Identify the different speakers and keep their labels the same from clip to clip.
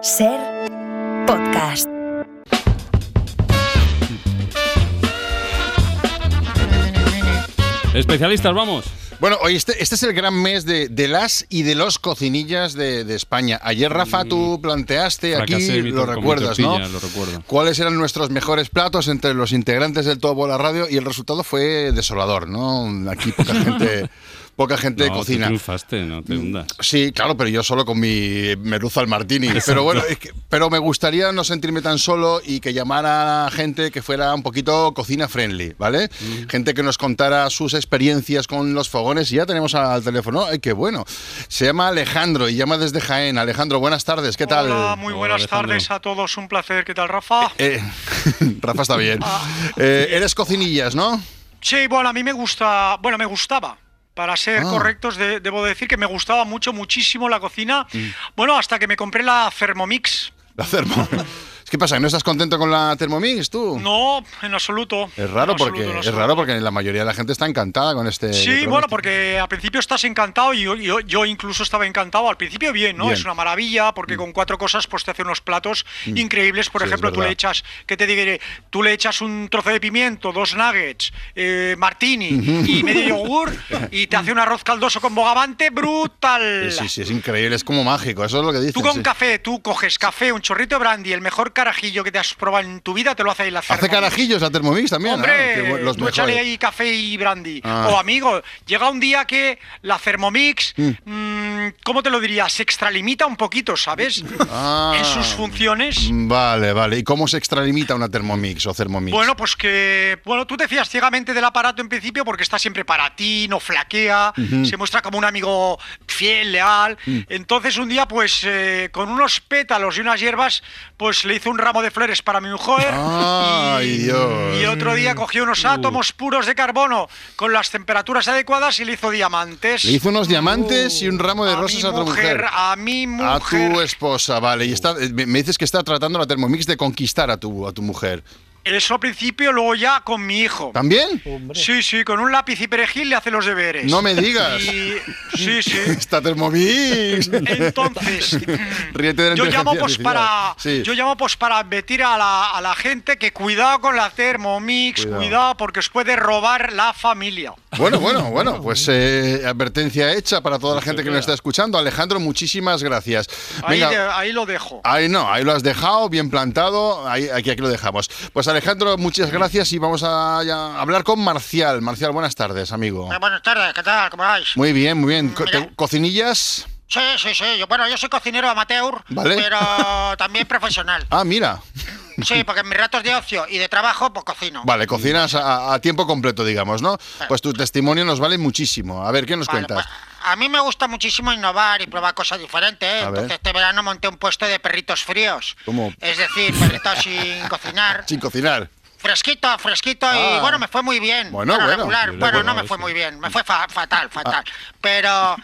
Speaker 1: Ser podcast.
Speaker 2: Especialistas, vamos.
Speaker 3: Bueno, hoy este, este es el gran mes de, de las y de los cocinillas de, de España. Ayer, Rafa, tú planteaste
Speaker 2: Fracasé,
Speaker 3: aquí,
Speaker 2: Víctor,
Speaker 3: lo
Speaker 2: con mi
Speaker 3: recuerdas, ¿no?
Speaker 2: tortilla, Lo recuerdo.
Speaker 3: ¿Cuáles eran nuestros mejores platos entre los integrantes del Todo Bola Radio? Y el resultado fue desolador, ¿no? Aquí poca gente, poca gente
Speaker 2: No, tú
Speaker 3: cocina. Mm.
Speaker 2: triunfaste, no te hundas.
Speaker 3: Sí, claro, pero yo solo con mi merluza al martini. Pero bueno, es que- pero me gustaría no sentirme tan solo y que llamara a gente que fuera un poquito cocina friendly, ¿vale? Gente que nos contara sus experiencias con los fogones. Y ya tenemos al teléfono. ¡Ay, qué bueno! Se llama Alejandro y llama desde Jaén. Alejandro, buenas tardes, ¿qué tal?
Speaker 4: Hola, muy
Speaker 2: Hola,
Speaker 4: buenas
Speaker 2: Alejandro.
Speaker 4: tardes a todos. Un placer. ¿Qué tal, Rafa?
Speaker 3: Eh, Rafa está bien.
Speaker 4: Ah.
Speaker 3: Eh, eres cocinillas, ¿no?
Speaker 4: Sí, bueno, a mí me gusta. Bueno, me gustaba. Para ser
Speaker 3: Ah.
Speaker 4: correctos, de- debo decir que me gustaba mucho, muchísimo la cocina.
Speaker 3: Mm.
Speaker 4: Bueno, hasta que me compré la Thermomix.
Speaker 3: La Thermo. ¿Qué pasa? ¿que ¿No estás contento con la Thermomix tú?
Speaker 4: No, en absoluto.
Speaker 3: Es raro
Speaker 4: En absoluto,
Speaker 3: porque
Speaker 4: en
Speaker 3: es
Speaker 4: absoluto.
Speaker 3: raro porque la mayoría de la gente está encantada con este.
Speaker 4: Sí,
Speaker 3: electrodoméstico.
Speaker 4: bueno, porque al principio estás encantado y yo, yo- yo incluso estaba encantado. Al principio bien, ¿no?
Speaker 3: Bien. Mm.
Speaker 4: Es una maravilla porque con cuatro cosas pues te hace unos platos increíbles. Por
Speaker 3: Sí, es
Speaker 4: ejemplo, tú le
Speaker 3: verdad.
Speaker 4: echas, ¿qué te diré? Tú le echas un trozo de pimiento, dos nuggets, eh, martini y medio yogur y te hace un arroz caldoso con bogavante brutal.
Speaker 3: Sí, sí, sí, es increíble, es como mágico, eso es lo que dicen.
Speaker 4: Tú con
Speaker 3: sí.
Speaker 4: café, tú coges café, un chorrito de brandy, el mejor carajillo que te has probado en tu vida, te lo hace ahí la
Speaker 3: Hace
Speaker 4: Thermomix.
Speaker 3: carajillos la Thermomix también. ah, qué
Speaker 4: Hombre,
Speaker 3: bu- los
Speaker 4: tú échale
Speaker 3: mejores.
Speaker 4: ahí café y brandy.
Speaker 3: Ah.
Speaker 4: O amigo, llega un día que la Thermomix, mm, ¿cómo te lo diría? Se extralimita un poquito, ¿sabes?
Speaker 3: Ah.
Speaker 4: en sus funciones.
Speaker 3: Vale, vale. ¿Y cómo se extralimita una Thermomix o Thermomix?
Speaker 4: Bueno, pues que bueno, tú te fías ciegamente del aparato en principio porque está siempre para ti, no flaquea, se muestra como un amigo fiel, leal.
Speaker 3: Mm.
Speaker 4: Entonces un día, pues eh, con unos pétalos y unas hierbas, pues le hizo un ramo de flores para mi mujer.
Speaker 3: Ay,
Speaker 4: y,
Speaker 3: Dios. Uh.
Speaker 4: y otro día cogió unos átomos puros de carbono con las temperaturas adecuadas y le hizo diamantes.
Speaker 3: Le hizo unos diamantes y un ramo de
Speaker 4: a
Speaker 3: rosas
Speaker 4: mi
Speaker 3: a otra mujer.
Speaker 4: A mi
Speaker 3: A
Speaker 4: mujer.
Speaker 3: tu esposa, vale. Y está, eh, me me dices que está tratando la Thermomix de conquistar a tu, a tu mujer.
Speaker 4: Eso al principio, luego ya con mi hijo.
Speaker 3: ¿También?
Speaker 4: Sí, sí, con un lápiz y perejil le hace los deberes.
Speaker 3: No me digas.
Speaker 4: Y- sí, sí.
Speaker 3: Esta Thermomix.
Speaker 4: Entonces,
Speaker 3: Ríete de la
Speaker 4: yo llamo
Speaker 3: inteligencia
Speaker 4: pues
Speaker 3: artificial.
Speaker 4: para
Speaker 3: Sí.
Speaker 4: yo llamo pues para advertir a la, a la gente que cuidado con la Thermomix,
Speaker 3: Cuidado.
Speaker 4: cuidado, porque os puede robar la familia.
Speaker 3: Bueno, bueno, bueno, pues eh, advertencia hecha para toda la gente que nos está escuchando. Alejandro, muchísimas gracias.
Speaker 4: Ahí,
Speaker 3: Venga,
Speaker 4: de- ahí lo dejo.
Speaker 3: Ahí no, ahí lo has dejado, bien plantado, ahí, aquí, aquí lo dejamos. Pues Alejandro, muchas gracias y vamos a, ya hablar con Marcial. Marcial, buenas tardes, amigo.
Speaker 4: Eh, buenas tardes, ¿qué tal? ¿Cómo vais?
Speaker 3: Muy bien, muy bien. Co-
Speaker 4: Mira.
Speaker 3: te- ¿Cocinillas?
Speaker 4: Sí, sí, sí. Yo, bueno, yo soy cocinero amateur,
Speaker 3: Vale.
Speaker 4: pero también profesional.
Speaker 3: Ah, mira.
Speaker 4: Sí, porque en mis ratos de ocio y de trabajo, pues cocino.
Speaker 3: Vale, cocinas a, a tiempo completo, digamos, ¿no? Pues tu testimonio nos vale muchísimo. A ver, ¿qué nos
Speaker 4: Ah. Vale,
Speaker 3: cuentas?
Speaker 4: pues, a mí me gusta muchísimo innovar y probar cosas diferentes.
Speaker 3: A
Speaker 4: ¿eh?
Speaker 3: ver.
Speaker 4: Entonces, este verano monté un puesto de perritos fríos.
Speaker 3: ¿Cómo?
Speaker 4: Es decir, perritos pues, sin cocinar.
Speaker 3: Sin cocinar.
Speaker 4: Fresquito, fresquito
Speaker 3: Ah.
Speaker 4: y bueno, me fue muy bien.
Speaker 3: Bueno, bueno. Ah.
Speaker 4: regular.
Speaker 3: Regular,
Speaker 4: Bueno, no
Speaker 2: bueno,
Speaker 4: me fue
Speaker 2: sí.
Speaker 4: muy bien. Me fue fa- fatal, fatal. Pero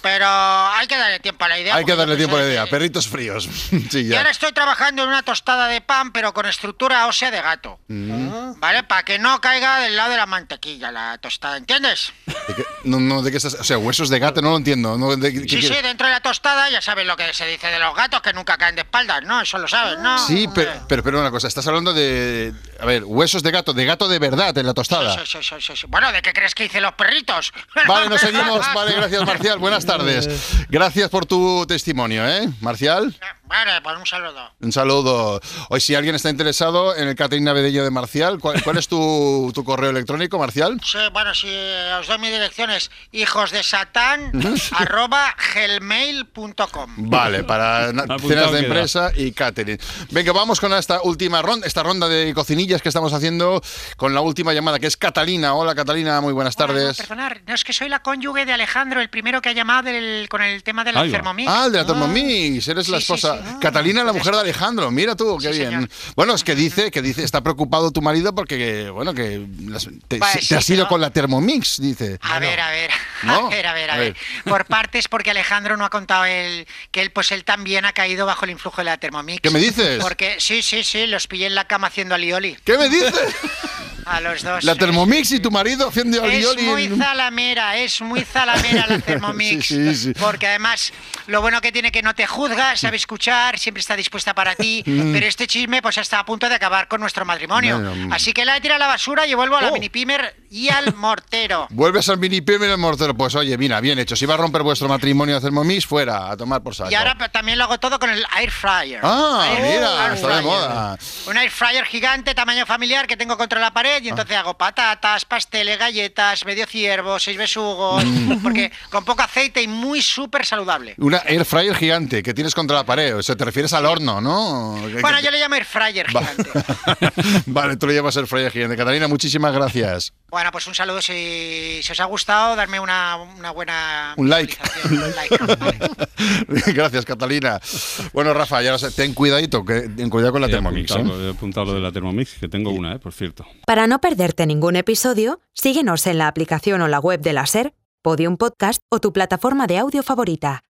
Speaker 4: pero hay que darle tiempo a la idea.
Speaker 3: Hay que
Speaker 4: porque
Speaker 3: darle
Speaker 4: tú
Speaker 3: tiempo a la
Speaker 4: sabes
Speaker 3: idea.
Speaker 4: que-
Speaker 3: Perritos fríos. sí,
Speaker 4: Y ahora
Speaker 3: ya.
Speaker 4: estoy trabajando en una tostada de pan, pero con estructura ósea de gato.
Speaker 3: Mm.
Speaker 4: ¿Vale? Para que no caiga del lado de la mantequilla la tostada, ¿entiendes?
Speaker 3: ¿De qué- No, no, ¿de qué estás? O sea, huesos de gato, no lo entiendo. No, ¿de qué- qué
Speaker 4: Sí, sí,
Speaker 3: quieres?
Speaker 4: dentro de la tostada ya sabes lo que se dice de los gatos, que nunca caen de espaldas, ¿no? Eso lo sabes, ¿no?
Speaker 3: Sí,
Speaker 4: Hombre.
Speaker 3: pero, pero, pero una cosa, estás hablando de. A ver, huesos de gato, de gato de verdad en la tostada.
Speaker 4: Sí, sí, sí, sí, sí. Bueno, ¿de qué crees que hice los perritos?
Speaker 3: Vale, nos seguimos. Vale, gracias, Marcial. Buenas tardes. Gracias por tu testimonio, ¿eh? Marcial,
Speaker 4: Vale, pues un saludo.
Speaker 3: un saludo. Hoy, si alguien está interesado en el catering navideño de Marcial, ¿cuál, cuál es tu, tu correo electrónico, Marcial?
Speaker 4: Sí, bueno, si os doy mi dirección es hijosdesatán arroba gmail.com.
Speaker 3: Vale, para na-
Speaker 2: Apuntado
Speaker 3: cenas de
Speaker 2: queda.
Speaker 3: empresa y catering. Venga, vamos con esta última ronda, esta ronda de cocinillas que estamos haciendo con la última llamada, que es Catalina. Hola, Catalina, muy buenas tardes.
Speaker 4: Perdonar, no es que soy la cónyuge de Alejandro, el primero que ha llamado del- con el tema de la
Speaker 2: Ahí va.
Speaker 4: Thermomix.
Speaker 3: Ah, el de la Thermomix, eres la
Speaker 4: Sí, sí,
Speaker 3: esposa.
Speaker 4: sí. Ah.
Speaker 3: Catalina, la mujer de Alejandro, mira tú, qué
Speaker 4: Sí,
Speaker 3: bien.
Speaker 4: señor.
Speaker 3: Bueno, es que dice, que dice, está preocupado tu marido porque, bueno, que las- te,
Speaker 4: Pues
Speaker 3: se- te
Speaker 4: sí,
Speaker 3: has ido
Speaker 4: pero- Ah.
Speaker 3: con la Thermomix, dice.
Speaker 4: A ver, a ver,
Speaker 3: ¿No?
Speaker 4: a ver, a ver,
Speaker 3: A
Speaker 4: a ver. Por partes, porque Alejandro no ha contado el, que él, pues él también ha caído bajo el influjo de la Thermomix.
Speaker 3: ¿Qué me dices?
Speaker 4: Porque sí, sí, sí, los pillé en la cama haciendo alioli.
Speaker 3: ¿Qué me dices?
Speaker 5: A los dos.
Speaker 4: eh,
Speaker 3: La Thermomix y tu marido haciendo
Speaker 5: Es
Speaker 3: alioli
Speaker 5: muy
Speaker 3: en-
Speaker 5: zalamera, es muy zalamera la Thermomix.
Speaker 3: Sí, sí, sí.
Speaker 5: Porque además, lo bueno que tiene que no te juzga, sabe escuchar, siempre está dispuesta para ti. pero este chisme, pues está a punto de acabar con nuestro matrimonio.
Speaker 3: Mm. Bueno. mm.
Speaker 5: Así que la he tirado a la basura y vuelvo a la
Speaker 3: Oh.
Speaker 5: mini pimer y al mortero.
Speaker 3: Vuelves al mini PM y al mortero. Pues oye, mira, bien hecho. Si va a romper vuestro matrimonio de Thermomix, fuera, a tomar por saco.
Speaker 5: Y ahora pa- también lo hago todo con el air fryer.
Speaker 3: Ah,
Speaker 5: Air-
Speaker 3: mira,
Speaker 5: air
Speaker 3: está de
Speaker 5: fryer.
Speaker 3: moda.
Speaker 5: Un air fryer gigante, tamaño familiar, que tengo contra la
Speaker 3: Ah.
Speaker 5: pared y entonces hago patatas, pasteles, galletas, medio ciervo, seis besugos,
Speaker 3: Mm.
Speaker 5: porque con poco aceite y muy súper saludable.
Speaker 3: Una air fryer gigante que tienes contra la pared. O sea, te refieres al horno, ¿no?
Speaker 5: Bueno, yo le llamo air fryer
Speaker 3: Va-
Speaker 5: gigante.
Speaker 3: vale, tú lo llamas air fryer gigante. Catalina, muchísimas gracias.
Speaker 5: Bueno, pues un saludo si, si os ha gustado, darme una, una buena...
Speaker 3: Un like.
Speaker 5: visualización, un like, vale.
Speaker 3: gracias, Catalina. Bueno, Rafa, ya lo sé. Ten cuidadito, que, ten cuidado con la
Speaker 2: He
Speaker 3: Thermomix.
Speaker 2: apuntado-
Speaker 3: ¿eh?
Speaker 2: He apuntado lo de la Thermomix, que tengo una, eh, por cierto.
Speaker 1: Para no perderte ningún episodio, síguenos en la aplicación o la web de la SER, Podium Podcast o tu plataforma de audio favorita.